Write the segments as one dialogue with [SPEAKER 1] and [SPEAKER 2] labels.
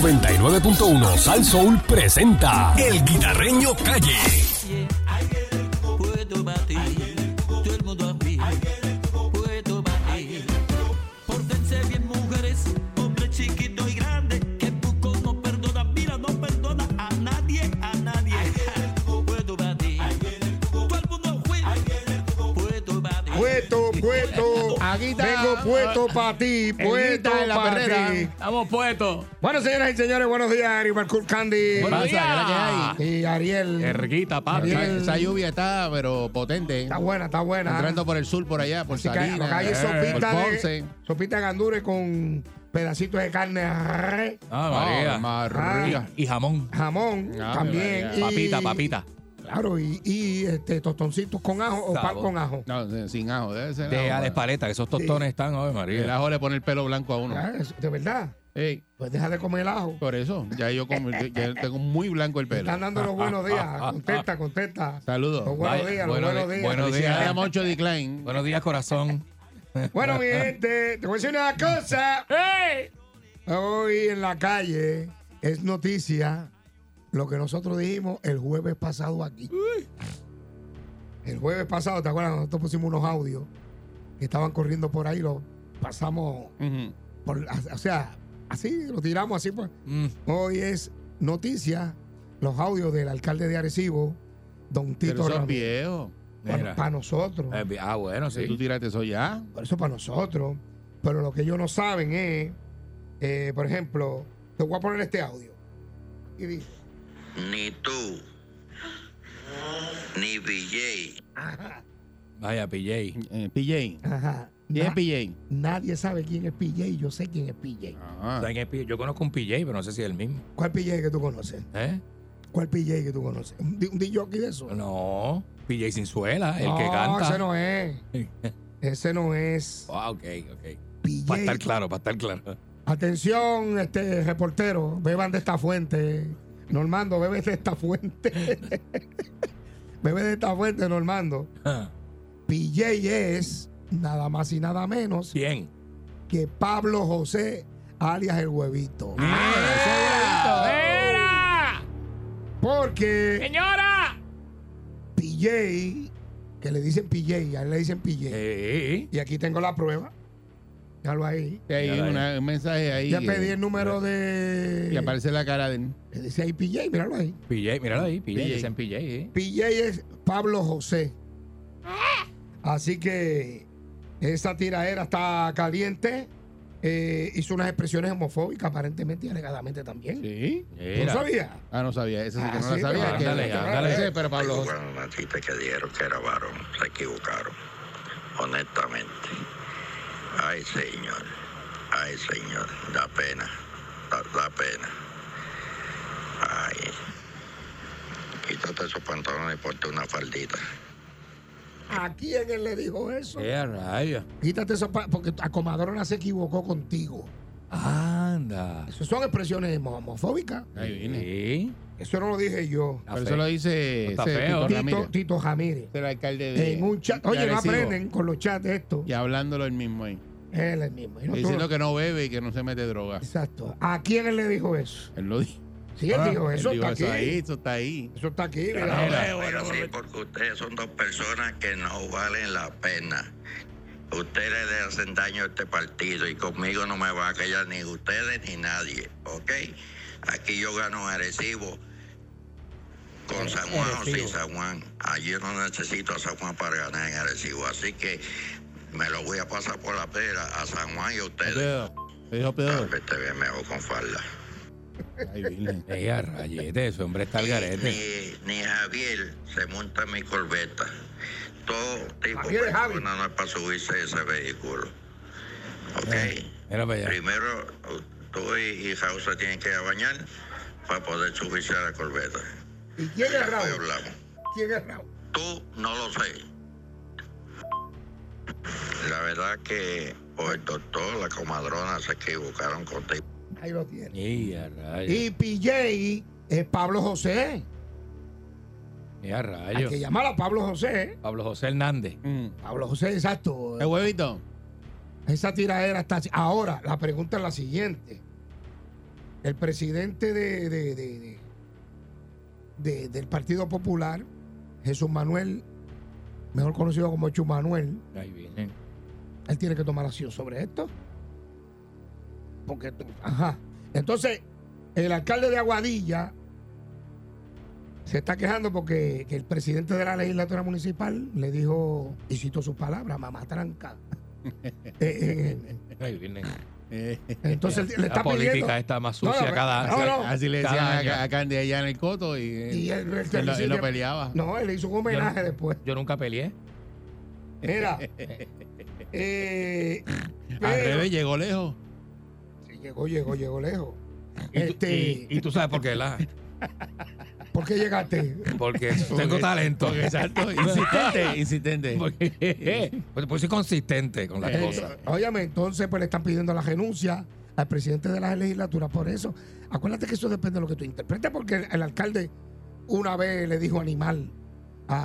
[SPEAKER 1] 99.1 Sal Soul presenta El Guitarreño Calle.
[SPEAKER 2] Puedo batir, todo el mundo a mí. Puedo batir. Pórtense bien, mujeres, hombres chiquito y grande. Que poco no perdona, mira, no perdona a nadie, a nadie. Puedo batir, todo el mundo juega. Puedo batir.
[SPEAKER 3] Puesto, puesto.
[SPEAKER 4] Aquí está.
[SPEAKER 3] Vengo puesto para ti,
[SPEAKER 5] Pues,
[SPEAKER 3] puesto
[SPEAKER 4] Puesto en la
[SPEAKER 3] para
[SPEAKER 4] perrera.
[SPEAKER 3] ti.
[SPEAKER 4] Estamos puestos.
[SPEAKER 3] Bueno, señoras y señores, buenos días, Eric Marcool Candy.
[SPEAKER 4] Buenos días.
[SPEAKER 3] Y Ariel.
[SPEAKER 4] Erguita, papi.
[SPEAKER 5] Esa, esa lluvia está, pero potente.
[SPEAKER 3] Está buena, está buena.
[SPEAKER 5] Entrando por el sur, por allá, por
[SPEAKER 3] Así que
[SPEAKER 5] Salinas,
[SPEAKER 3] acá
[SPEAKER 4] Eh,
[SPEAKER 3] hay
[SPEAKER 5] por
[SPEAKER 3] sopita
[SPEAKER 5] Ponce.
[SPEAKER 3] de, sopita de gandures con pedacitos de carne,
[SPEAKER 4] Ah,
[SPEAKER 5] Ah,
[SPEAKER 4] María.
[SPEAKER 5] María.
[SPEAKER 4] Y jamón.
[SPEAKER 3] jamón
[SPEAKER 5] Ah,
[SPEAKER 3] también. y-
[SPEAKER 4] Papita, papita.
[SPEAKER 3] Claro, y, y, este, tostoncitos con ajo o pan
[SPEAKER 4] Sabor.
[SPEAKER 3] con ajo.
[SPEAKER 5] No, de- sin ajo, debe ser.
[SPEAKER 4] De
[SPEAKER 5] ajo,
[SPEAKER 4] Alex
[SPEAKER 5] bueno.
[SPEAKER 4] Paleta, que esos tostones están, ave
[SPEAKER 5] El
[SPEAKER 4] María.
[SPEAKER 5] ajo le pone el pelo blanco a uno.
[SPEAKER 3] Ah, es- De verdad,
[SPEAKER 5] Ey,
[SPEAKER 3] pues deja de comer el ajo.
[SPEAKER 5] por eso, ya yo como- ya tengo muy blanco el
[SPEAKER 3] Te
[SPEAKER 5] pelo.
[SPEAKER 3] Están dando los buenos
[SPEAKER 5] ah,
[SPEAKER 3] días. Contesta, contesta.
[SPEAKER 5] Saludos.
[SPEAKER 3] Los buenos
[SPEAKER 4] Vaya,
[SPEAKER 3] días, los
[SPEAKER 4] buenos
[SPEAKER 3] buenos
[SPEAKER 4] di-
[SPEAKER 3] días.
[SPEAKER 4] buenos días.
[SPEAKER 5] Felicidades a Moncho Decline.
[SPEAKER 4] Buenos días, corazón.
[SPEAKER 3] Bueno, mi gente, te voy a decir una cosa. Hoy en la calle es noticia lo que nosotros dijimos el jueves pasado aquí. El jueves pasado, ¿te acuerdas? Nosotros pusimos unos audios que estaban corriendo por ahí, los pasamos
[SPEAKER 5] Ujú.
[SPEAKER 3] por, o sea, así, lo tiramos así. Pues.
[SPEAKER 4] Mm.
[SPEAKER 3] Hoy es noticia los audios del alcalde de Arecibo, don
[SPEAKER 5] Pero
[SPEAKER 3] Tito
[SPEAKER 5] eso es
[SPEAKER 3] Ramírez.
[SPEAKER 5] viejo.
[SPEAKER 4] Mira.
[SPEAKER 3] para nosotros.
[SPEAKER 4] Eh, Ah, bueno,
[SPEAKER 5] Si tú
[SPEAKER 4] sí.
[SPEAKER 5] tiraste eso ya.
[SPEAKER 3] Por eso para nosotros. Pero lo que ellos no saben es, eh, por ejemplo, te voy a poner este audio. Y dice,
[SPEAKER 6] ni tú, ni BJ,
[SPEAKER 3] ajá,
[SPEAKER 4] Vaya, PJ.
[SPEAKER 5] Eh, PJ.
[SPEAKER 3] ajá.
[SPEAKER 5] ¿Quién es
[SPEAKER 3] Na-
[SPEAKER 5] PJ?
[SPEAKER 3] nadie sabe quién es PJ, yo sé quién es PJ.
[SPEAKER 5] Ajá.
[SPEAKER 4] ¿Saben qué es PJ? Yo conozco un PJ, pero no sé si es el mismo.
[SPEAKER 3] ¿Cuál PJ que tú conoces?
[SPEAKER 4] ¿Eh?
[SPEAKER 3] ¿Cuál PJ que tú conoces? ¿Un, di- un DJ de eso?
[SPEAKER 4] No. PJ Sinzuela, el que
[SPEAKER 3] No,
[SPEAKER 4] canta.
[SPEAKER 3] ese no es. Ese no es
[SPEAKER 4] Ah, ok, ok.
[SPEAKER 3] PJ.
[SPEAKER 4] Para estar claro, para estar claro.
[SPEAKER 3] Atención, este reportero, beban de esta fuente. Normando, bebe de esta fuente. bebe de esta fuente, Normando. PJ es nada más y nada menos
[SPEAKER 4] ¿Quién?
[SPEAKER 3] que Pablo José, alias el huevito.
[SPEAKER 5] Ah.
[SPEAKER 3] Porque
[SPEAKER 4] ¡Señora!
[SPEAKER 3] PJ, que le dicen PJ, a él le dicen
[SPEAKER 5] Eh.
[SPEAKER 3] PJ.
[SPEAKER 4] Sí.
[SPEAKER 3] Y aquí tengo la prueba. Déjalo ahí.
[SPEAKER 5] Hay
[SPEAKER 4] Ya la
[SPEAKER 5] una- un mensaje ahí.
[SPEAKER 3] Ya
[SPEAKER 5] que-
[SPEAKER 3] pedí el número
[SPEAKER 5] eh. Y
[SPEAKER 3] de.
[SPEAKER 5] aparece la cara de.
[SPEAKER 3] Le dice ahí PJ, míralo ahí.
[SPEAKER 4] PJ, míralo ahí, PJ,
[SPEAKER 5] PJ.
[SPEAKER 4] dicen PJ, ¿eh?
[SPEAKER 3] PJ es Pablo José. Así que esa tiraera está caliente. Eh, hizo unas expresiones homofóbicas, aparentemente y alegadamente también.
[SPEAKER 5] Sí.
[SPEAKER 3] ¿Tú
[SPEAKER 4] Mira.
[SPEAKER 3] no sabías?
[SPEAKER 5] Ah, no sabía. Esa sí que
[SPEAKER 3] Ah,
[SPEAKER 5] no la
[SPEAKER 3] sí,
[SPEAKER 5] sabía.
[SPEAKER 3] pero
[SPEAKER 5] que-
[SPEAKER 4] ándale,
[SPEAKER 5] que-
[SPEAKER 4] ándale.
[SPEAKER 5] Sí, pero
[SPEAKER 6] se
[SPEAKER 5] Pablo José.
[SPEAKER 6] equivocaron una tipa que dijeron que era varón, se equivocaron, honestamente. Ay, señor, ay, señor, da pena, da, da pena. Ay, quítate esos pantalones y ponte una faldita.
[SPEAKER 3] ¿A quién él le dijo eso?
[SPEAKER 4] ¡Qué Eh, rayos!
[SPEAKER 3] Quítate eso pa- porque a Comadrona se equivocó contigo.
[SPEAKER 4] ¡Anda!
[SPEAKER 3] Eso son expresiones homo- homofóbicas.
[SPEAKER 5] Ahí viene.
[SPEAKER 4] Sí.
[SPEAKER 3] Eso no lo dije yo.
[SPEAKER 4] Está
[SPEAKER 5] Pero eso
[SPEAKER 4] feo.
[SPEAKER 5] lo dice
[SPEAKER 4] Está
[SPEAKER 5] ese Tito
[SPEAKER 4] feo. Tito-
[SPEAKER 5] Ramírez.
[SPEAKER 3] Tito, Tito Ramírez.
[SPEAKER 5] Ese era el alcalde de.
[SPEAKER 3] En un chat.
[SPEAKER 5] de
[SPEAKER 3] Oye, no
[SPEAKER 5] Arecibo.
[SPEAKER 3] aprenden con los chats esto.
[SPEAKER 5] Y hablándolo el mismo ahí.
[SPEAKER 3] Él es mismo. Y no tú-
[SPEAKER 5] Diciendo que no bebe y que no se mete droga.
[SPEAKER 3] Exacto. ¿A quién él le dijo eso?
[SPEAKER 5] Él lo dijo.
[SPEAKER 3] Sí, él
[SPEAKER 5] Ah,
[SPEAKER 3] dijo,
[SPEAKER 5] él
[SPEAKER 3] eso
[SPEAKER 5] dijo,
[SPEAKER 3] está
[SPEAKER 5] eso ahí,
[SPEAKER 3] aquí.
[SPEAKER 5] eso está ahí.
[SPEAKER 3] Eso está aquí,
[SPEAKER 6] No,
[SPEAKER 3] mira.
[SPEAKER 4] Mira,
[SPEAKER 6] no,
[SPEAKER 4] bueno,
[SPEAKER 6] pero sí,
[SPEAKER 4] bueno.
[SPEAKER 6] porque ustedes son dos personas que no valen la pena. Ustedes le hacen daño a este partido y conmigo no me va a callar ni ustedes ni nadie, ¿ok? Aquí yo gano agresivo con San Juan o sin San Juan. Allí no necesito a San Juan para ganar en agresivo, así que me lo voy a pasar por la pera a San Juan y a ustedes. Ah, pues,
[SPEAKER 5] Pedro. Le dijo
[SPEAKER 6] Tal
[SPEAKER 5] Pedro.
[SPEAKER 6] vez te ve mejor con falda.
[SPEAKER 5] Ay, virgen.
[SPEAKER 4] ¡Ey, Eh, a rayete! Ese hombre está al garete.
[SPEAKER 6] Ni, ni Javier se monta en mi corbeta. Todo tipo
[SPEAKER 3] Javier
[SPEAKER 6] de
[SPEAKER 3] es Javi.
[SPEAKER 6] persona no es para subirse a ese vehículo. ¿Ok?
[SPEAKER 4] Mira para allá.
[SPEAKER 6] Primero, tú y, y Raúl se tienen que ir a bañar para poder subirse a la corbeta.
[SPEAKER 3] ¿Y quién es
[SPEAKER 6] Después
[SPEAKER 3] Raúl?
[SPEAKER 6] hablamos.
[SPEAKER 3] ¿Quién es Raúl?
[SPEAKER 6] Tú no lo sé. La verdad que o el doctor, la comadrona se equivocaron contigo.
[SPEAKER 3] Ahí lo tiene.
[SPEAKER 4] ¡Ey, a rayos!
[SPEAKER 3] Y PJ es Pablo José.
[SPEAKER 4] ¡Ey, a
[SPEAKER 3] Hay
[SPEAKER 4] rayos!
[SPEAKER 3] que llamar a Pablo José.
[SPEAKER 4] Pablo José Hernández.
[SPEAKER 5] Mm.
[SPEAKER 3] Pablo José, exacto.
[SPEAKER 5] El huevito.
[SPEAKER 3] Esa tiradera está así. Ahora, la pregunta es la siguiente. el presidente de, de- de- de- de- del Partido Popular, Jesús Manuel, mejor conocido como Chumanuel,
[SPEAKER 4] Ahí vienen.
[SPEAKER 3] él tiene que tomar acción sobre esto. Porque, tú- ajá. Entonces, el alcalde de Aguadilla se está quejando porque que el presidente de la legislatura municipal le dijo, y cito sus palabras, mamá tranca. Eh,
[SPEAKER 4] Ahí vienen.
[SPEAKER 5] Eh,
[SPEAKER 3] entonces le
[SPEAKER 4] Este, La
[SPEAKER 3] está
[SPEAKER 4] política
[SPEAKER 3] pidiendo.
[SPEAKER 4] está más
[SPEAKER 3] No,
[SPEAKER 4] sucia
[SPEAKER 3] no,
[SPEAKER 4] cada
[SPEAKER 3] no, Ah, no.
[SPEAKER 5] Así le
[SPEAKER 4] Cada
[SPEAKER 5] decían
[SPEAKER 4] año.
[SPEAKER 5] a, a Candy allá en el coto y, eh,
[SPEAKER 3] Y él, él-
[SPEAKER 5] él, lo, él
[SPEAKER 3] sí,
[SPEAKER 5] lo
[SPEAKER 3] que-
[SPEAKER 5] peleaba.
[SPEAKER 3] no, él le hizo un homenaje después.
[SPEAKER 4] Yo nunca peleé.
[SPEAKER 3] Mira. eh,
[SPEAKER 5] Al
[SPEAKER 3] pero-
[SPEAKER 5] revés, llegó lejos.
[SPEAKER 3] sí, llegó, llegó, llegó lejos.
[SPEAKER 4] Y, tú-
[SPEAKER 3] Este,
[SPEAKER 4] y- y tú sabes por qué, la,
[SPEAKER 3] ¿Por qué llegaste?
[SPEAKER 4] Porque tengo talento.
[SPEAKER 5] Porque, exacto, insistente, insistente.
[SPEAKER 4] Porque, pues, pues soy consistente con las
[SPEAKER 5] Eh,
[SPEAKER 4] cosas.
[SPEAKER 3] Óyame, entonces pues le están pidiendo la renuncia al presidente de la legislatura por eso. Acuérdate que eso depende de lo que tú interpretes, porque el, el alcalde una vez le dijo animal a,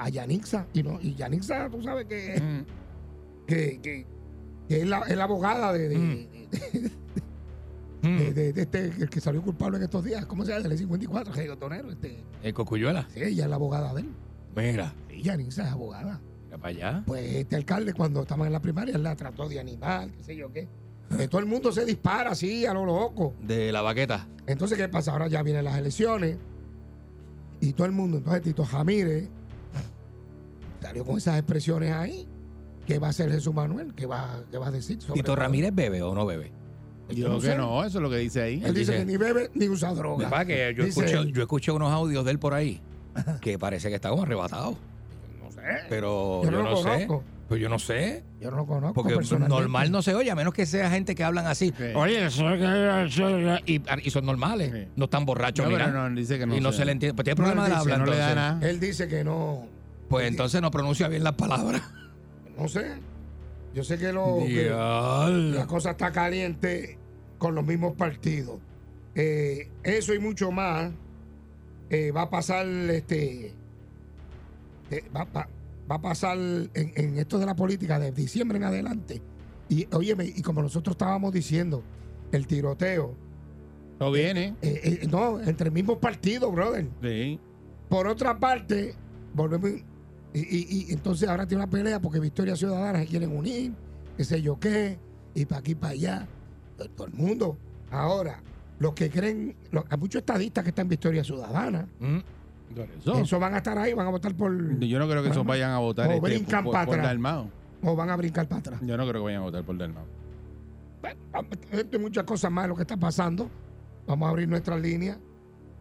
[SPEAKER 3] a- a Yanixa, y, no, y Yanixa, tú sabes que,
[SPEAKER 5] Mm.
[SPEAKER 3] que, que- que es, la, es la abogada de, de-
[SPEAKER 4] Mm.
[SPEAKER 3] de-
[SPEAKER 4] Mm,
[SPEAKER 3] de- de este el que salió culpable en estos días, ¿cómo se llama? Del 54, Genio Tonero. Este,
[SPEAKER 4] El cocuyuela.
[SPEAKER 3] sí, ella es la abogada de él.
[SPEAKER 4] Eh, Mira,
[SPEAKER 3] Y Yanixa es abogada.
[SPEAKER 4] mira para allá.
[SPEAKER 3] pues este alcalde cuando estaban en la primaria él la trató de animal, qué sé yo qué. Que todo el mundo se dispara así a lo loco.
[SPEAKER 4] De la baqueta.
[SPEAKER 3] Entonces, ¿qué pasa? Ahora ya vienen las elecciones y todo el mundo, entonces Tito Jamírez salió con esas expresiones ahí. ¿Qué va a hacer Jesús Manuel? ¿Qué va, qué va a decir? sobre
[SPEAKER 4] ¿Tito
[SPEAKER 3] todo?
[SPEAKER 4] Ramírez bebe o no bebe?
[SPEAKER 5] Yo
[SPEAKER 3] no
[SPEAKER 5] creo
[SPEAKER 3] sé.
[SPEAKER 5] que no, eso es lo que dice ahí.
[SPEAKER 3] Él dice
[SPEAKER 4] dice-
[SPEAKER 3] que ni bebe ni usa droga.
[SPEAKER 4] Papá, que yo
[SPEAKER 3] Dice
[SPEAKER 4] escuché,
[SPEAKER 3] él.
[SPEAKER 4] yo escuché unos audios de él por ahí que parece que está como arrebatado.
[SPEAKER 3] No sé.
[SPEAKER 4] Pero
[SPEAKER 3] Yo
[SPEAKER 4] yo,
[SPEAKER 3] no
[SPEAKER 4] no,
[SPEAKER 3] lo
[SPEAKER 4] sé.
[SPEAKER 3] conozco.
[SPEAKER 4] Pues yo no sé.
[SPEAKER 3] Yo no lo conozco.
[SPEAKER 4] Porque
[SPEAKER 3] personalmente.
[SPEAKER 4] normal no se oye, a menos que sea gente que hablan así.
[SPEAKER 5] Sí.
[SPEAKER 4] Oye, eso- eso- y, ah, y son normales.
[SPEAKER 5] Sí.
[SPEAKER 4] No están borrachos,
[SPEAKER 5] No,
[SPEAKER 4] mira.
[SPEAKER 5] pero no, dice que no.
[SPEAKER 4] y no
[SPEAKER 5] sé.
[SPEAKER 4] se le entiende. Pues tiene
[SPEAKER 5] No, él
[SPEAKER 4] problema de
[SPEAKER 5] dice,
[SPEAKER 4] habla.
[SPEAKER 5] no le da
[SPEAKER 4] entonces.
[SPEAKER 5] nada.
[SPEAKER 3] Él dice que no.
[SPEAKER 4] Pues entonces no pronuncia bien las palabras.
[SPEAKER 3] No sé. Yo sé que lo. que- La
[SPEAKER 4] Diablo.
[SPEAKER 3] cosa está caliente con los mismos partidos. Eh, eso y mucho más eh, va a pasar este eh, va, va- va a pasar en, en esto de la política de diciembre en adelante. Y óyeme, y como nosotros estábamos diciendo, el tiroteo,
[SPEAKER 5] No viene.
[SPEAKER 3] eh, eh, no, entre el mismo partido, brother.
[SPEAKER 5] Sí.
[SPEAKER 3] Por otra parte, volvemos y, y- y entonces ahora tiene una pelea porque Victoria Ciudadana se quieren unir, qué sé yo qué, y para aquí, para allá, to- todo el mundo. Ahora, los que creen, los- hay muchos estadistas que están en Victoria Ciudadana,
[SPEAKER 4] Mm.
[SPEAKER 5] Por eso.
[SPEAKER 3] eso van a estar ahí, van a votar por,
[SPEAKER 5] Yo no creo que esos vayan a votar
[SPEAKER 3] O
[SPEAKER 5] este,
[SPEAKER 3] brincan
[SPEAKER 5] por,
[SPEAKER 3] pa'
[SPEAKER 5] por, por
[SPEAKER 3] atrás.
[SPEAKER 5] Dalmao.
[SPEAKER 3] o van a brincar para atrás.
[SPEAKER 5] Yo no creo que vayan a votar por Dalmao.
[SPEAKER 3] Bueno, esto y muchas cosas más lo que está pasando. Vamos a abrir nuestra línea,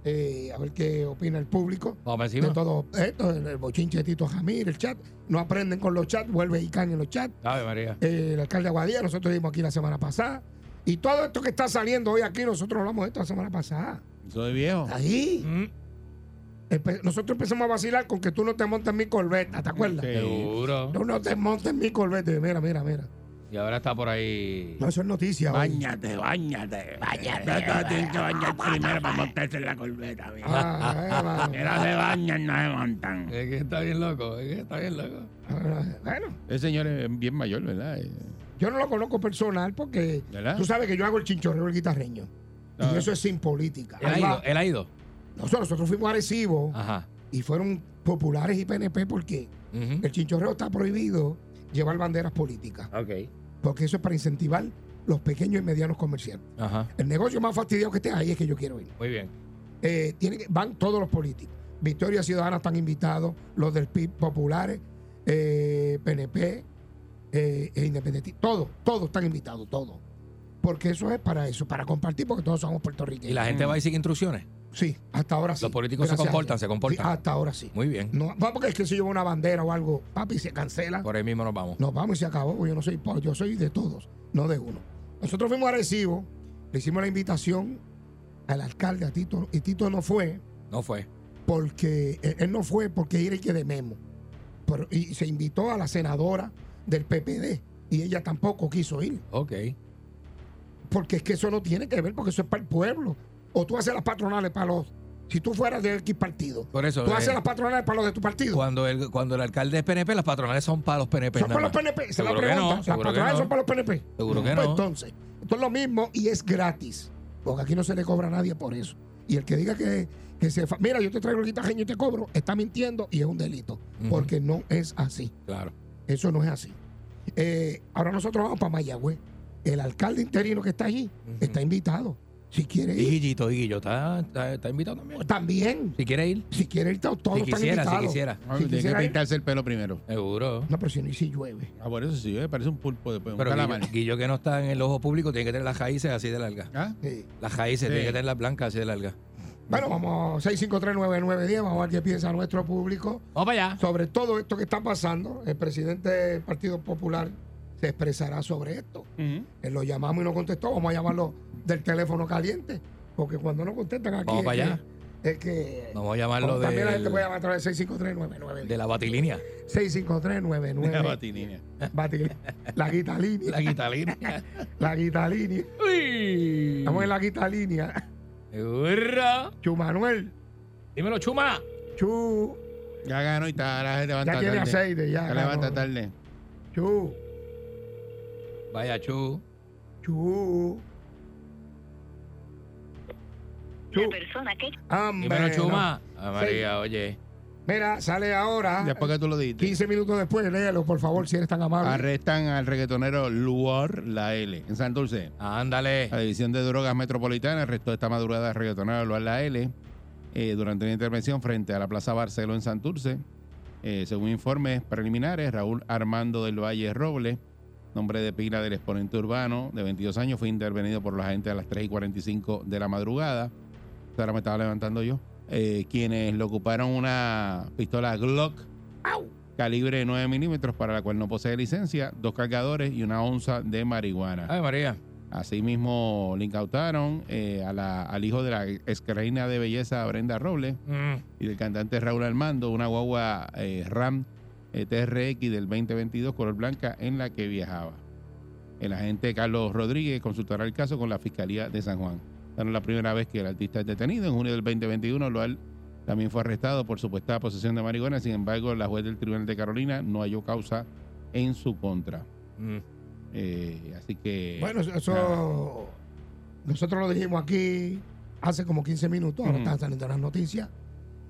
[SPEAKER 3] eh, a ver qué opina el público.
[SPEAKER 4] Vamos para
[SPEAKER 3] De
[SPEAKER 4] encima.
[SPEAKER 3] todo esto, el, el bochinche de Tito Jamir, el chat. No aprenden con los chats, vuelve y caen en los chats.
[SPEAKER 4] Ave María.
[SPEAKER 3] eh, el alcalde Aguadilla, nosotros vimos aquí la semana pasada. Y todo esto que está saliendo hoy aquí, nosotros hablamos de esto la semana pasada.
[SPEAKER 5] Eso de viejo.
[SPEAKER 3] Ahí.
[SPEAKER 4] Mm.
[SPEAKER 3] Empe- nosotros empezamos a vacilar con que tú no te montes en mi corbeta, ¿te acuerdas?
[SPEAKER 5] Sí.
[SPEAKER 4] Seguro.
[SPEAKER 3] Tú no te montes en mi corbeta. Y yo, Mira, mira, mira.
[SPEAKER 4] Y ahora está por ahí.
[SPEAKER 3] No, eso es noticia. hoy.
[SPEAKER 5] Báñate, báñate. Báñate. No, no, tienes que bañarte primero para montarse en la corbeta. viejo.
[SPEAKER 3] Ah,
[SPEAKER 5] Si
[SPEAKER 3] eh,
[SPEAKER 5] no se bañan, no se montan.
[SPEAKER 4] Es que está bien loco. Es que está bien loco.
[SPEAKER 3] va. Ah, bueno,
[SPEAKER 5] Ese señor es bien mayor, ¿verdad? Eh,
[SPEAKER 3] yo no lo conozco personal porque
[SPEAKER 5] ¿Verdad?
[SPEAKER 3] tú sabes que yo hago el chinchorreo el guitarreño.
[SPEAKER 5] Ah.
[SPEAKER 3] Y eso es sin política.
[SPEAKER 4] Él ha
[SPEAKER 3] Ahí va.
[SPEAKER 4] ido. Él ha ido.
[SPEAKER 3] Nosotros, nosotros fuimos agresivos
[SPEAKER 4] Ajá.
[SPEAKER 3] y fueron populares y PNP porque
[SPEAKER 4] Ujú.
[SPEAKER 3] el chinchorreo está prohibido llevar banderas políticas.
[SPEAKER 4] Ok.
[SPEAKER 3] porque eso es para incentivar los pequeños y medianos comerciantes.
[SPEAKER 4] Ajá.
[SPEAKER 3] El negocio más fastidiado que esté ahí es que yo quiero ir.
[SPEAKER 4] Muy bien.
[SPEAKER 3] Eh, tiene que- van todos los políticos. Victoria Ciudadana están invitados, los del PIB, populares, eh, PNP, eh, e independentistas. Todos, todos están invitados, todos. Porque eso es para eso, para compartir, porque todos somos
[SPEAKER 4] ¿Y
[SPEAKER 3] puertorriqueños.
[SPEAKER 4] la gente va y sigue instrucciones?
[SPEAKER 3] Sí, hasta ahora sí.
[SPEAKER 4] Los políticos se
[SPEAKER 3] Gracias a
[SPEAKER 4] comportan,
[SPEAKER 3] Dios.
[SPEAKER 4] se comportan.
[SPEAKER 3] Sí, hasta ahora sí.
[SPEAKER 4] Muy bien.
[SPEAKER 3] No, va porque es que si lleva una bandera o algo, papi, se cancela.
[SPEAKER 4] Por ahí mismo nos vamos.
[SPEAKER 3] Nos vamos y se acabó. porque Yo no soy po- yo soy de todos, no de uno. Nosotros fuimos a Arecibo, le hicimos la invitación al alcalde, a Tito, y Tito no fue
[SPEAKER 4] No fue.
[SPEAKER 3] porque él, él no fue porque era el que de Memo. Pero- y se invitó a la senadora del PPD y ella tampoco quiso ir.
[SPEAKER 4] Ok.
[SPEAKER 3] Porque es que eso no tiene que ver, porque eso es para el pueblo. O tú haces las patronales para los. Si tú fueras de X partido,
[SPEAKER 4] Por eso.
[SPEAKER 3] tú
[SPEAKER 4] eh,
[SPEAKER 3] haces las patronales para los de tu partido.
[SPEAKER 4] cuando, el, cuando el alcalde es PNP, las patronales son para los PNP.
[SPEAKER 3] Son
[SPEAKER 4] nada
[SPEAKER 3] para los
[SPEAKER 4] más.
[SPEAKER 3] PNP. Esa es la
[SPEAKER 4] Seguro que
[SPEAKER 3] pregunta.
[SPEAKER 4] no,
[SPEAKER 3] Las
[SPEAKER 4] seguro que
[SPEAKER 3] patronales
[SPEAKER 4] no.
[SPEAKER 3] son para los PNP.
[SPEAKER 4] Seguro que
[SPEAKER 3] Pues
[SPEAKER 4] no.
[SPEAKER 3] Entonces, esto es lo mismo y es gratis. Porque aquí no se le cobra a nadie por eso. Y el que diga que, que se. fa- Mira, yo te traigo el guitarreño y te cobro, está mintiendo y es un delito.
[SPEAKER 4] Ujú.
[SPEAKER 3] Porque no es así.
[SPEAKER 4] Claro.
[SPEAKER 3] Eso no es así. Eh, ahora nosotros vamos para Mayagüez. El alcalde interino que está allí está invitado. Si quiere
[SPEAKER 4] Y
[SPEAKER 3] ir,
[SPEAKER 4] Guillito, y Guillo, está, está- está invitado también.
[SPEAKER 3] también.
[SPEAKER 4] Si quiere ir.
[SPEAKER 3] Si quiere ir, to- todos
[SPEAKER 4] Si quisiera,
[SPEAKER 3] están
[SPEAKER 4] si
[SPEAKER 3] invitados.
[SPEAKER 4] quisiera.
[SPEAKER 3] Si
[SPEAKER 5] Tiene que
[SPEAKER 3] quisiera ir-
[SPEAKER 5] pintarse el pelo primero.
[SPEAKER 4] Seguro.
[SPEAKER 3] No, pero si no, y si llueve.
[SPEAKER 5] Ah, por eso sí, eh, parece un pulpo después, un
[SPEAKER 4] Pero Guillo,
[SPEAKER 5] calamar.
[SPEAKER 4] Guillo que no está en el ojo público tiene que tener las raíces así de larga.
[SPEAKER 5] ¿Ah?
[SPEAKER 3] Sí.
[SPEAKER 4] Las raíces,
[SPEAKER 5] Sí.
[SPEAKER 4] tiene que tener las blancas así de larga.
[SPEAKER 3] Bueno, vamos 6539910, vamos a ver qué piensa nuestro público
[SPEAKER 4] Vamos para allá.
[SPEAKER 3] sobre todo esto que está pasando. El presidente del Partido Popular se expresará sobre esto. Eh, lo llamamos y no contestó, vamos a llamarlo del teléfono caliente, porque cuando no contestan aquí
[SPEAKER 4] Vamos
[SPEAKER 3] es
[SPEAKER 4] para
[SPEAKER 3] que-
[SPEAKER 4] allá.
[SPEAKER 3] es que
[SPEAKER 4] Vamos a llamarlo
[SPEAKER 3] Como También la gente
[SPEAKER 4] del-
[SPEAKER 3] puede llamar a través de 6539910.
[SPEAKER 4] de la batilínea.
[SPEAKER 3] 6539910.
[SPEAKER 5] Una batilínea.
[SPEAKER 3] Batil- la guita línea.
[SPEAKER 4] La guitalínea.
[SPEAKER 3] La guita línea.
[SPEAKER 4] Uy.
[SPEAKER 3] Estamos en la guita línea.
[SPEAKER 4] Seguro.
[SPEAKER 3] Chumanuel.
[SPEAKER 4] Dímelo, Chuma.
[SPEAKER 3] Chu.
[SPEAKER 5] Ya ganó y está, ahora se levanta
[SPEAKER 3] Ya tiene
[SPEAKER 5] tarde.
[SPEAKER 3] aceite, ya.
[SPEAKER 5] Se levanta
[SPEAKER 3] ganó.
[SPEAKER 5] tarde.
[SPEAKER 3] Chu.
[SPEAKER 4] Vaya, Chu.
[SPEAKER 3] Chu. Chu.
[SPEAKER 7] persona que
[SPEAKER 3] Hambre,
[SPEAKER 4] Dímelo,
[SPEAKER 3] no.
[SPEAKER 4] Chuma. Ah, María, oye.
[SPEAKER 3] Mira, sale ahora.
[SPEAKER 5] Después que tú lo dijiste.
[SPEAKER 3] 15 minutos después, léelo, por favor, si eres tan amable.
[SPEAKER 5] Arrestan al reggaetonero Luar La L en Santurce.
[SPEAKER 4] Ándale.
[SPEAKER 5] La División de Drogas Metropolitana arrestó esta madrugada al reggaetonero Luar La L eh, durante una intervención frente a la Plaza Barceló en Santurce. Eh, según informes preliminares, Raúl Armando del Valle Robles, nombre de pila del exponente urbano de 22 años, fue intervenido por los agentes a las 3 y 45 de la madrugada. Ahora me estaba levantando yo. Eh, quienes le ocuparon una pistola Glock calibre 9 milímetros para la cual no posee licencia, dos cargadores y una onza de marihuana.
[SPEAKER 4] Ay, María.
[SPEAKER 5] Asimismo, le incautaron eh, a la- al hijo de la ex reina de belleza Brenda Robles
[SPEAKER 4] Mm.
[SPEAKER 5] y del cantante Raúl Armando una guagua eh, RAM eh, TRX del 2022 color blanca en la que viajaba. El agente Carlos Rodríguez consultará el caso con la Fiscalía de San Juan. Esta no es la primera vez que el artista es detenido. En junio del 2021, Loal también fue arrestado por supuesta posesión de marihuana. Sin embargo, la juez del Tribunal de Carolina no halló causa en su contra.
[SPEAKER 4] Mm.
[SPEAKER 5] Eh, así que...
[SPEAKER 3] Bueno, eso- eso nosotros lo dijimos aquí hace como 15 minutos, ahora
[SPEAKER 5] Ujú.
[SPEAKER 3] están saliendo las noticias.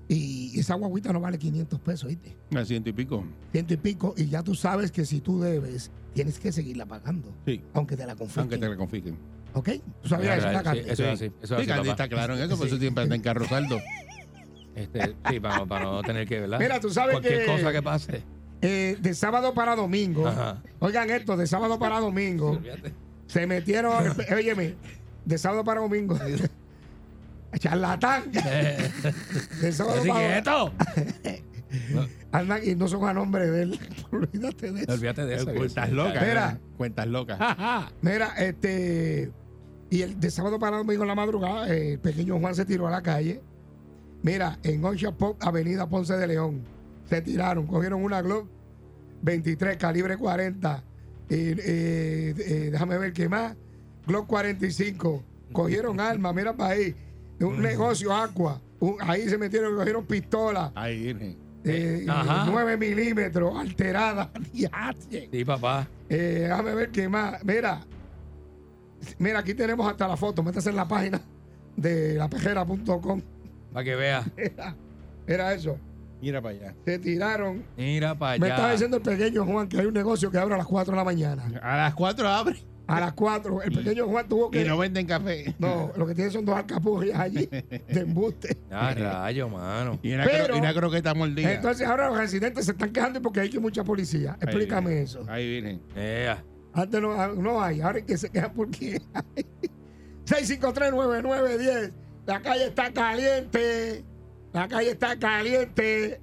[SPEAKER 3] Y esa guaguita no vale 500 pesos, ¿viste?
[SPEAKER 5] Al ciento y pico.
[SPEAKER 3] Ciento y pico, y ya tú sabes que si tú debes, tienes que seguirla pagando,
[SPEAKER 5] Sí.
[SPEAKER 3] aunque te la confisquen.
[SPEAKER 5] Aunque te la confisquen.
[SPEAKER 3] ¿Ok? Tú sabías eso,
[SPEAKER 4] Mira,
[SPEAKER 3] ¿verdad,
[SPEAKER 4] sí,
[SPEAKER 3] Carmen?
[SPEAKER 4] eso es así. Eso
[SPEAKER 5] Sí,
[SPEAKER 4] es así,
[SPEAKER 5] Candy
[SPEAKER 4] papá.
[SPEAKER 5] está claro en eso, por eso siempre está en carro saldo.
[SPEAKER 4] Este, sí, para, para no tener que, ¿verdad?
[SPEAKER 3] Mira, tú sabes
[SPEAKER 4] Cualquier
[SPEAKER 3] que-
[SPEAKER 4] cosa que pase.
[SPEAKER 3] Eh, de sábado para domingo,
[SPEAKER 4] Ajá.
[SPEAKER 3] oigan esto, de sábado para domingo,
[SPEAKER 4] Fíjate.
[SPEAKER 3] se metieron, óyeme, de sábado para domingo, charlatán,
[SPEAKER 4] Eh,
[SPEAKER 3] de sábado
[SPEAKER 4] así que
[SPEAKER 3] para
[SPEAKER 4] esto.
[SPEAKER 3] andan y no son a nombre de él, olvídate de eso.
[SPEAKER 4] Olvídate de eso. que
[SPEAKER 5] Cuentas
[SPEAKER 4] sí.
[SPEAKER 5] locas.
[SPEAKER 3] Espera.
[SPEAKER 5] ¿no? Cuentas locas.
[SPEAKER 4] Ah.
[SPEAKER 3] Mira, este. Y el de sábado para domingo en la madrugada, eh, el pequeño Juan se tiró a la calle. Mira, en Ocean Pop, Avenida Ponce de León. Se tiraron, cogieron una Glock 23, calibre 40. y, eh, eh, déjame ver qué más. Glock 45. Cogieron armas, mira para ahí. Un negocio Aqua. Un- ahí se metieron, cogieron pistolas.
[SPEAKER 5] Ahí viene.
[SPEAKER 3] eh,
[SPEAKER 4] Ajá.
[SPEAKER 3] 9 milímetros, alteradas. diache.
[SPEAKER 4] Sí, papá.
[SPEAKER 3] Eh, déjame ver qué más. Mira, mira, aquí tenemos hasta la foto. Métase en la página de lapejera.com.
[SPEAKER 4] Para que vea.
[SPEAKER 3] Era, era eso.
[SPEAKER 5] Mira para allá.
[SPEAKER 3] Se tiraron.
[SPEAKER 4] Mira para
[SPEAKER 3] Me estaba
[SPEAKER 4] allá.
[SPEAKER 3] diciendo el pequeño Juan que hay un negocio que abre a las 4 de la mañana.
[SPEAKER 5] A las 4 abre
[SPEAKER 3] A las 4. El pequeño Juan tuvo
[SPEAKER 5] y
[SPEAKER 3] que.
[SPEAKER 5] no venden café.
[SPEAKER 3] No, lo que tiene son dos alcapurrias allí de embuste.
[SPEAKER 4] Ah, rayo, mano.
[SPEAKER 5] Y una,
[SPEAKER 3] Pero-
[SPEAKER 5] cro- y una croqueta mordida.
[SPEAKER 3] Entonces ahora los residentes se están quejando porque hay que mucha policía.
[SPEAKER 5] Ahí
[SPEAKER 3] Explícame
[SPEAKER 5] viene.
[SPEAKER 3] eso.
[SPEAKER 5] Ahí viene.
[SPEAKER 4] Ea.
[SPEAKER 3] Antes no, ah, no hay, ahora es que se quejan porque hay. 6539910. La calle está caliente. La calle está caliente.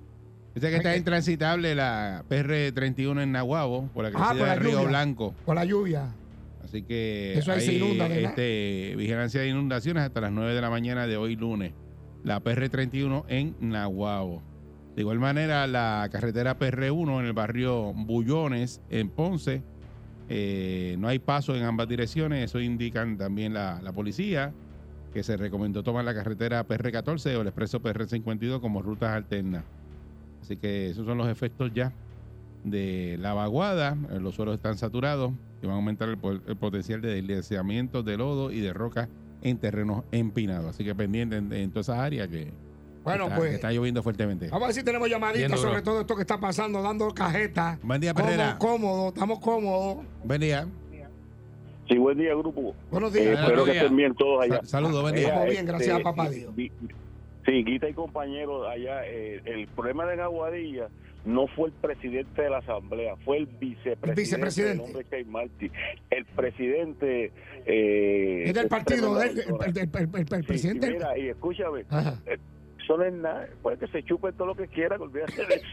[SPEAKER 5] Dice que está intransitable la PR31 en Nahuabo por la
[SPEAKER 3] Ah, por
[SPEAKER 5] crecida
[SPEAKER 3] la
[SPEAKER 5] del Río
[SPEAKER 3] lluvia.
[SPEAKER 5] Blanco.
[SPEAKER 3] Con la lluvia.
[SPEAKER 5] Así que
[SPEAKER 3] Eso ahí se
[SPEAKER 5] hay,
[SPEAKER 3] inunda, ¿verdad?
[SPEAKER 5] este, vigilancia de inundaciones hasta las 9 de la mañana de hoy lunes. La PR31 en Nahuabo. De igual manera, la carretera PR1 en el barrio Bullones, en Ponce. eh, no hay paso en ambas direcciones. Eso indican también la, la policía, que se recomendó tomar la carretera PR14 o el expreso PR52 como rutas alternas. Así que esos son los efectos ya de la vaguada. Eh, Los suelos están saturados que van a aumentar el, po- el potencial de deslizamientos de lodo y de rocas en terrenos empinados. Así que pendiente en, en todas esas áreas que,
[SPEAKER 3] Bueno,
[SPEAKER 5] está,
[SPEAKER 3] pues.
[SPEAKER 5] que está lloviendo fuertemente.
[SPEAKER 3] Vamos a ver si tenemos
[SPEAKER 4] Bien
[SPEAKER 3] llamaditas
[SPEAKER 4] duro.
[SPEAKER 3] sobre todo esto que está pasando, dando cajeta.
[SPEAKER 5] Buen día,
[SPEAKER 3] Cómodo,
[SPEAKER 5] Perrera.
[SPEAKER 3] Cómodo, estamos cómodos.
[SPEAKER 5] Buen día.
[SPEAKER 7] Sí, buen día, grupo.
[SPEAKER 3] Buenos
[SPEAKER 7] Eh,
[SPEAKER 3] días.
[SPEAKER 5] Adelante,
[SPEAKER 7] espero que
[SPEAKER 5] Guía.
[SPEAKER 7] estén bien todos allá.
[SPEAKER 5] Sa- Saludos, buen día.
[SPEAKER 3] Estamos
[SPEAKER 7] Mira,
[SPEAKER 3] bien, gracias a papá Dios.
[SPEAKER 7] di- Sí, Guita y compañeros allá, eh, el problema de Aguadilla no fue el presidente de la Asamblea, fue el vicepresidente,
[SPEAKER 3] El vicepresidente.
[SPEAKER 7] el hombre que hay Martí. El presidente... Eh,
[SPEAKER 3] Es del partido, del,
[SPEAKER 7] tremenda persona.
[SPEAKER 3] el, el- el- el- el
[SPEAKER 7] Sí,
[SPEAKER 3] presidente.
[SPEAKER 7] Y mira, y escúchame,
[SPEAKER 3] Ajá.
[SPEAKER 7] eso no es nada, puede que se chupe todo lo que quiera, que olvídate de eso.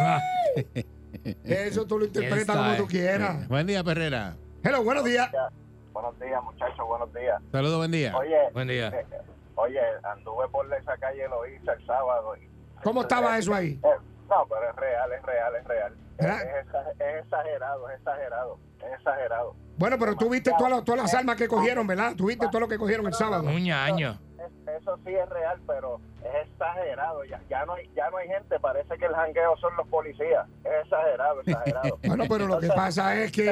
[SPEAKER 4] Ah,
[SPEAKER 3] Eso tú lo interpretas como
[SPEAKER 4] sabe?
[SPEAKER 3] tú
[SPEAKER 4] Eh,
[SPEAKER 3] quieras.
[SPEAKER 5] Buen día, Perrera.
[SPEAKER 3] Hello, buenos días.
[SPEAKER 8] Buenos días, muchachos, buenos días.
[SPEAKER 5] Saludos, buen día.
[SPEAKER 8] Oye,
[SPEAKER 4] Buen día.
[SPEAKER 8] eh, oye, anduve por esa calle Loíza el sábado. y-
[SPEAKER 3] ¿Cómo estaba eso ahí?
[SPEAKER 8] Eh, no, pero es real, es real, es real. Eh,
[SPEAKER 3] ¿Verdad?
[SPEAKER 8] Es, exa- es exagerado, es exagerado, es exagerado.
[SPEAKER 3] Bueno, pero tú viste todas las, todas las armas que cogieron, ¿verdad? Tú viste todo lo que cogieron el sábado.
[SPEAKER 4] Un año.
[SPEAKER 8] Es- eso sí es real, pero es exagerado. Ya, ya, no hay, ya no hay gente, parece que el jangueo son los policías. Es exagerado, exagerado.
[SPEAKER 3] Bueno, pero lo que pasa es que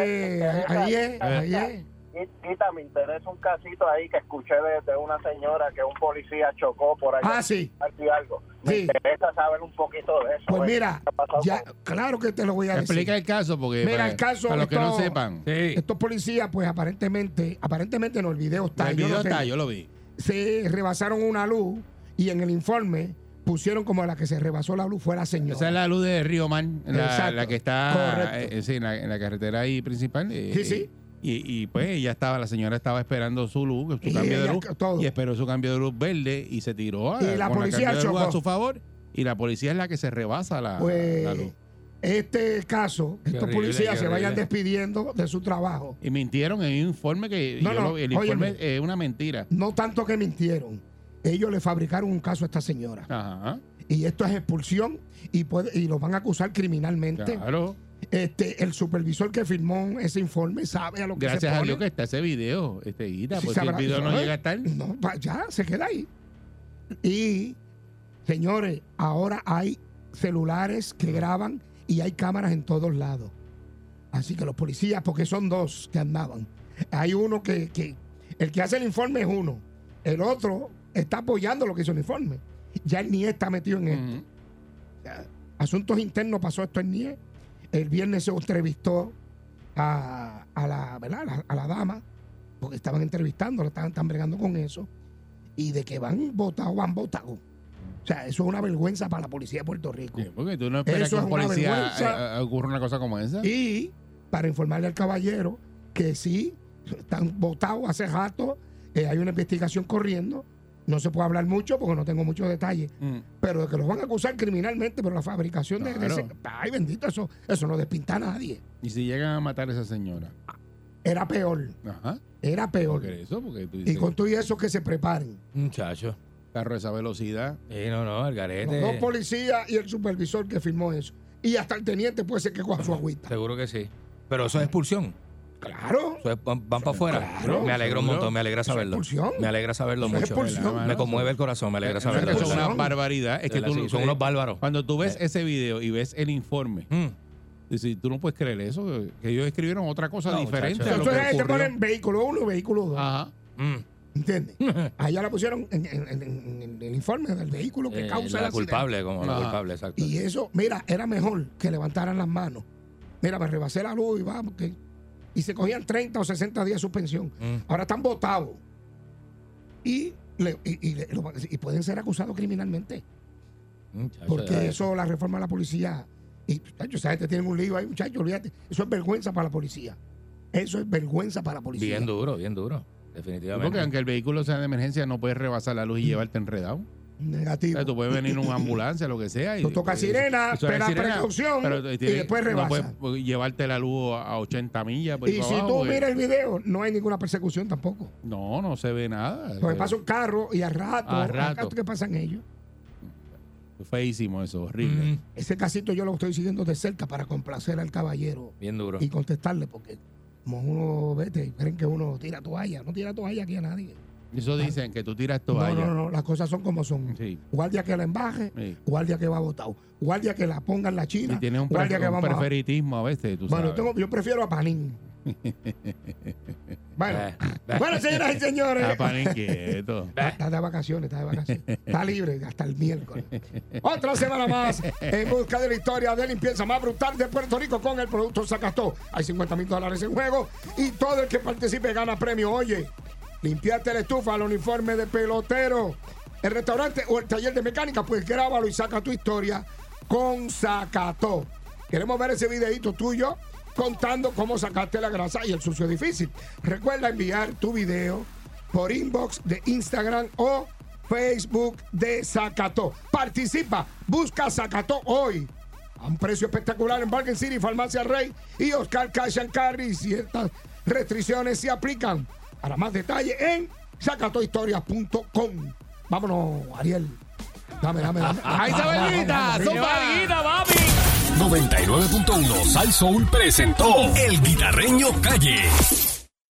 [SPEAKER 3] ahí es, ahí es.
[SPEAKER 8] Y, Tita, me interesa un casito ahí que escuché de, de una señora que un policía chocó por ahí.
[SPEAKER 3] Ah, sí.
[SPEAKER 8] Aquí algo. Me
[SPEAKER 3] Sí.
[SPEAKER 8] interesa saber un poquito de eso.
[SPEAKER 3] Pues
[SPEAKER 8] eh.
[SPEAKER 3] mira,
[SPEAKER 8] ¿Qué ha pasado
[SPEAKER 3] ya,
[SPEAKER 8] con-
[SPEAKER 3] claro que te lo voy a decir.
[SPEAKER 5] Explica el caso, porque
[SPEAKER 3] Mira,
[SPEAKER 5] para,
[SPEAKER 3] el caso,
[SPEAKER 5] para los que no
[SPEAKER 3] esto-
[SPEAKER 5] sepan,
[SPEAKER 4] Sí.
[SPEAKER 3] Estos policías, pues aparentemente, aparentemente no, el video está.
[SPEAKER 5] el
[SPEAKER 3] yo
[SPEAKER 5] video
[SPEAKER 3] no sé.
[SPEAKER 5] está, yo lo vi.
[SPEAKER 3] se rebasaron una luz y en el informe pusieron como la que se rebasó la luz fue la señora.
[SPEAKER 5] Esa es la luz de Río Man, la,
[SPEAKER 3] Exacto.
[SPEAKER 5] la que está
[SPEAKER 3] Correcto.
[SPEAKER 5] eh, sí, en, la, en la carretera ahí principal. eh,
[SPEAKER 3] Sí, sí.
[SPEAKER 5] Y, y, pues ella estaba, la señora estaba esperando su luz, su
[SPEAKER 3] Y
[SPEAKER 5] cambio de
[SPEAKER 3] ella
[SPEAKER 5] luz,
[SPEAKER 3] ca- todo.
[SPEAKER 5] y esperó su cambio de luz verde y se tiró a,
[SPEAKER 3] Y la
[SPEAKER 5] con el
[SPEAKER 3] policía
[SPEAKER 5] cambio de luz a
[SPEAKER 3] chocó.
[SPEAKER 5] su favor. Y la policía es la que se rebasa la,
[SPEAKER 3] Pues,
[SPEAKER 5] la luz.
[SPEAKER 3] este caso, que
[SPEAKER 4] Qué
[SPEAKER 3] estos
[SPEAKER 4] horrible,
[SPEAKER 3] policías
[SPEAKER 4] qué
[SPEAKER 3] se
[SPEAKER 4] horrible.
[SPEAKER 3] vayan despidiendo de su trabajo.
[SPEAKER 5] Y mintieron en un informe que
[SPEAKER 3] No,
[SPEAKER 5] yo
[SPEAKER 3] no,
[SPEAKER 5] lo vi, el informe
[SPEAKER 3] óyeme.
[SPEAKER 5] es una mentira.
[SPEAKER 3] No tanto que mintieron. Ellos le fabricaron un caso a esta señora.
[SPEAKER 5] Ajá,
[SPEAKER 3] Y esto es expulsión y, puede- y los van a acusar criminalmente.
[SPEAKER 5] claro.
[SPEAKER 3] Este, el supervisor que firmó ese informe sabe a lo que se
[SPEAKER 5] Gracias
[SPEAKER 3] pone.
[SPEAKER 5] a Dios que está ese video, este Guita,
[SPEAKER 3] Sí, ¿Eh?
[SPEAKER 5] porque el
[SPEAKER 3] sabrá-
[SPEAKER 5] video no
[SPEAKER 3] ¿sabes?
[SPEAKER 5] llega a estar.
[SPEAKER 3] No, va- ya se queda ahí. Y, señores, ahora hay celulares que graban y hay cámaras en todos lados. Así que los policías, porque son dos que andaban. Hay uno que, que- el que hace el informe es uno. El otro está apoyando lo que hizo el informe. Ya el NIE está metido en esto.
[SPEAKER 5] Ujú.
[SPEAKER 3] Asuntos internos pasó esto en NIE. El viernes se entrevistó a, a la, ¿verdad? A la- a la dama, porque estaban entrevistando, estaban, están bregando con eso, y de que van votados, van votados. O sea, eso es una vergüenza para la policía de Puerto Rico.
[SPEAKER 5] Sí, porque tú no esperas
[SPEAKER 3] Eso
[SPEAKER 5] que
[SPEAKER 3] es
[SPEAKER 5] un
[SPEAKER 3] una
[SPEAKER 5] policía
[SPEAKER 3] vergüenza.
[SPEAKER 5] eh, eh, ocurra una cosa como esa.
[SPEAKER 3] Y para informarle al caballero que sí, están votados hace rato, eh, hay una investigación corriendo, no se puede hablar mucho porque no tengo muchos detalles,
[SPEAKER 5] Mm.
[SPEAKER 3] pero de que los van a acusar criminalmente por la fabricación de- de...
[SPEAKER 5] Claro.
[SPEAKER 3] ese- Ay, bendito, eso, eso no despinta a nadie.
[SPEAKER 5] Y si llegan a matar a esa señora.
[SPEAKER 3] Era peor,
[SPEAKER 5] Ajá.
[SPEAKER 3] era
[SPEAKER 5] ¿Por
[SPEAKER 3] peor.
[SPEAKER 5] qué eso? Porque tú
[SPEAKER 3] Y
[SPEAKER 5] dices,
[SPEAKER 3] con todo y eso que se preparen.
[SPEAKER 4] Muchacho.
[SPEAKER 5] carro a esa velocidad.
[SPEAKER 4] Sí, no, no,
[SPEAKER 3] Los dos
[SPEAKER 4] el garete.
[SPEAKER 3] policías y el supervisor que firmó eso. Y hasta el teniente pues, puede ser que coja su agüita.
[SPEAKER 4] Seguro que sí. Pero eso es expulsión.
[SPEAKER 3] Claro.
[SPEAKER 4] Eso es- van, para afuera.
[SPEAKER 3] Claro.
[SPEAKER 4] me alegro un montón, me alegra saberlo.
[SPEAKER 3] expulsión.
[SPEAKER 4] Me alegra saberlo
[SPEAKER 3] Eso es
[SPEAKER 4] mucho.
[SPEAKER 3] expulsión.
[SPEAKER 4] Me conmueve el corazón, me alegra
[SPEAKER 5] Eso
[SPEAKER 4] saberlo.
[SPEAKER 5] Eh, es
[SPEAKER 3] Son
[SPEAKER 5] una
[SPEAKER 3] Claro.
[SPEAKER 5] barbaridad. Es que tú, no-
[SPEAKER 4] son unos bárbaros.
[SPEAKER 5] Cuando tú
[SPEAKER 4] Eh.
[SPEAKER 5] ves ese video y ves el informe,
[SPEAKER 4] Mm.
[SPEAKER 5] dices, tú no puedes creer eso, que- que ellos escribieron otra cosa
[SPEAKER 4] No,
[SPEAKER 5] diferente.
[SPEAKER 4] muchacho.
[SPEAKER 5] a lo
[SPEAKER 3] Entonces
[SPEAKER 5] que
[SPEAKER 3] te
[SPEAKER 5] ocurrió.
[SPEAKER 3] ponen vehículo uno, vehículo dos.
[SPEAKER 5] Ajá.
[SPEAKER 4] Mm.
[SPEAKER 3] ¿Entiendes? Allá la pusieron en, en- en- en- en el informe del vehículo que
[SPEAKER 4] Eh,
[SPEAKER 3] causa el
[SPEAKER 4] la
[SPEAKER 3] accidente.
[SPEAKER 4] culpable, como la
[SPEAKER 5] Ajá.
[SPEAKER 4] culpable, exacto.
[SPEAKER 3] Y eso, mira, era mejor que levantaran las manos. Mira, me rebasé la luz y va, porque. Y se cogían 30 o 60 días de suspensión.
[SPEAKER 4] Mm.
[SPEAKER 3] Ahora están votados. Y, le- y- y le- lo- y pueden ser acusados criminalmente.
[SPEAKER 4] Muchacho, ya,
[SPEAKER 3] Porque
[SPEAKER 4] mm, ya.
[SPEAKER 3] eso, la reforma de la policía. Y, muchachos, esa gente tiene un lío ahí, muchachos, olvídate. Eso es vergüenza para la policía. Eso es vergüenza para la policía.
[SPEAKER 4] Bien duro, bien duro.
[SPEAKER 5] Porque
[SPEAKER 4] Definitivamente.
[SPEAKER 5] aunque el vehículo sea de emergencia, no puedes rebasar la luz y llevarte enredado. O
[SPEAKER 3] Negativo.
[SPEAKER 5] sea, tú puedes venir una ambulancia, lo que sea. Y,
[SPEAKER 3] Tú tocas
[SPEAKER 5] y-
[SPEAKER 3] sirena,
[SPEAKER 5] eso es
[SPEAKER 3] espera precaución,
[SPEAKER 5] tú
[SPEAKER 3] y
[SPEAKER 5] tienes-
[SPEAKER 3] después
[SPEAKER 5] No puedes
[SPEAKER 3] rebasa.
[SPEAKER 5] pues, llevarte la luz a 80 millas. por ahí
[SPEAKER 3] y
[SPEAKER 5] para
[SPEAKER 3] si
[SPEAKER 5] abajo, pues.
[SPEAKER 3] tú
[SPEAKER 5] porque
[SPEAKER 3] miras el video, no hay ninguna persecución tampoco.
[SPEAKER 5] No, no se ve nada.
[SPEAKER 3] Porque pasa un carro y al rato,
[SPEAKER 5] A
[SPEAKER 3] al
[SPEAKER 5] Ah, rato.
[SPEAKER 3] rato que pasan ellos.
[SPEAKER 5] Feísimo eso, horrible.
[SPEAKER 4] Mm,
[SPEAKER 3] Ese casito yo lo estoy siguiendo de cerca para complacer al caballero
[SPEAKER 4] Bien duro.
[SPEAKER 3] y contestarle, porque como uno vete y creen que uno tira toalla, no tira toalla aquí a nadie.
[SPEAKER 5] Eso dicen que tú tiras
[SPEAKER 3] Mm. No,
[SPEAKER 5] toalla.
[SPEAKER 3] no, no, las cosas son como son.
[SPEAKER 5] Sí.
[SPEAKER 3] Guardia que la embaje,
[SPEAKER 5] Sí.
[SPEAKER 3] guardia que va botado, guardia que la ponga en la china,
[SPEAKER 5] Y tienes un, pre-
[SPEAKER 3] guardia que
[SPEAKER 5] un
[SPEAKER 3] va a
[SPEAKER 5] preferitismo a veces, tú
[SPEAKER 3] Bueno,
[SPEAKER 5] sabes.
[SPEAKER 3] tengo- yo prefiero a Panín. Bueno,
[SPEAKER 4] Eh, eh.
[SPEAKER 3] bueno señoras y señores.
[SPEAKER 5] Ah, pan inquieto.
[SPEAKER 3] Está de vacaciones, está de vacaciones. Está libre hasta el miércoles. Otra semana más en busca de la historia de limpieza más brutal de Puerto Rico con el producto Sacastó. Hay 50 mil dólares en juego y todo el que participe gana premio. Oye, limpiate la estufa, el uniforme de pelotero, el restaurante o el taller de mecánica, pues grábalo y saca tu historia con Sacastó. Queremos ver ese videito tuyo contando cómo sacaste la grasa y el sucio difícil. Recuerda enviar tu video por inbox de Instagram o Facebook de Zacató. Participa, busca Zacató hoy. A un precio espectacular en Bargain City, Farmacia Rey y Oscar Cash and Carry. Ciertas restricciones se aplican. Para más detalle en zacatohistoria.com. Vámonos, Ariel. Dame, dame, dame. ¡Ah,
[SPEAKER 4] ¡Ay, Isabelita! ¡Zumba, guita, papi!
[SPEAKER 1] 99.1 Sal Soul presentó El Guitarreño Calle.